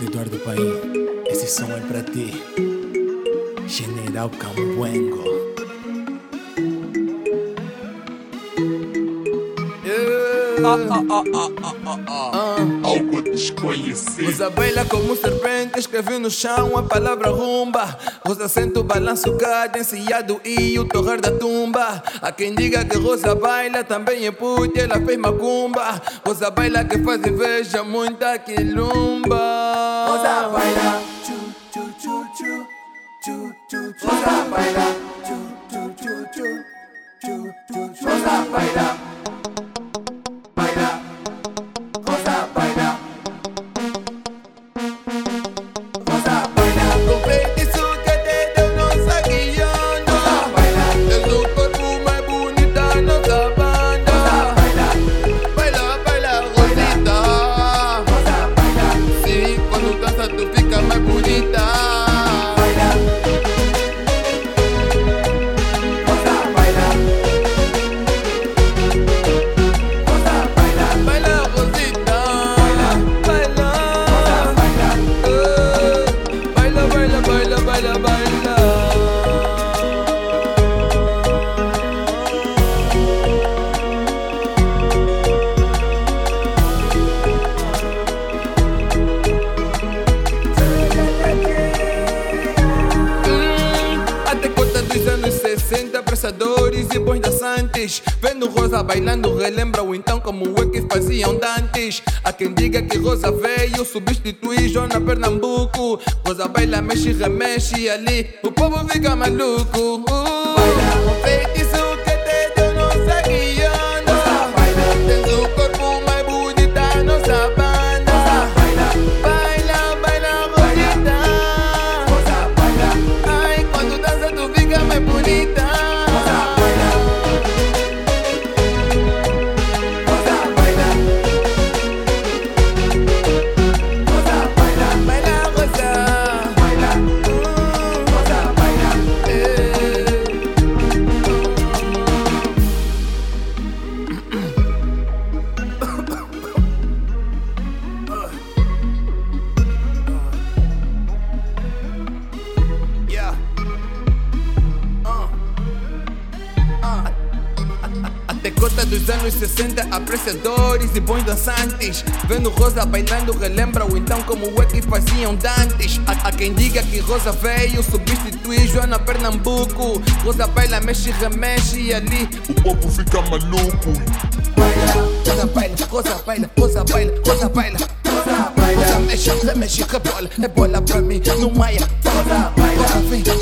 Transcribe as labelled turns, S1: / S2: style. S1: menor do país. Esse som é pra ti, General Cambuengo.
S2: Algo desconhecido.
S3: Usa baila como um serpente, escrevi no chão a palavra rumba. Rosa sente o balanço cadenciado e o torrar da tumba. Há quem diga que Rosa baila também é puta, ela fez macumba. Rosa baila que faz inveja, muita quilumba.
S4: Rosa baila, chu chu chu chu, chu chu chu. Rosa baila, chu chu chu chu, chu chu chu. Rosa baila.
S3: Uh, Mm. pensadores e bons dançantes. Vendo Rosa bailando, relembram então como é que faziam dantes. Há quem diga que Rosa veio substituir Joana Pernambuco. Rosa baila, mexe, remexe ali, o povo fica maluco. Uh, baila, feitiço que te deu nossa guiando. Baila, tens o corpo mais bonito da nossa banda. Baila, baila, bonita. Ai, quando dança tu fica mais bonita. Oh. Eh. Uh. Decota Uh. dos anos 60, apreciadores e bons dançantes. Vendo Rosa bailando, relembram então como é que faziam dantes. Há, há quem diga que Rosa veio substituir Joana Pernambuco. Rosa baila, mexe, remexe ali.
S2: O povo fica maluco.
S3: Rosa baila, Rosa baila, Rosa baila, Rosa baila. Rosa baila, Rosa mexe, remexe, rebola. É bola pra mim, no Maia. Rosa baila, Rosa vem,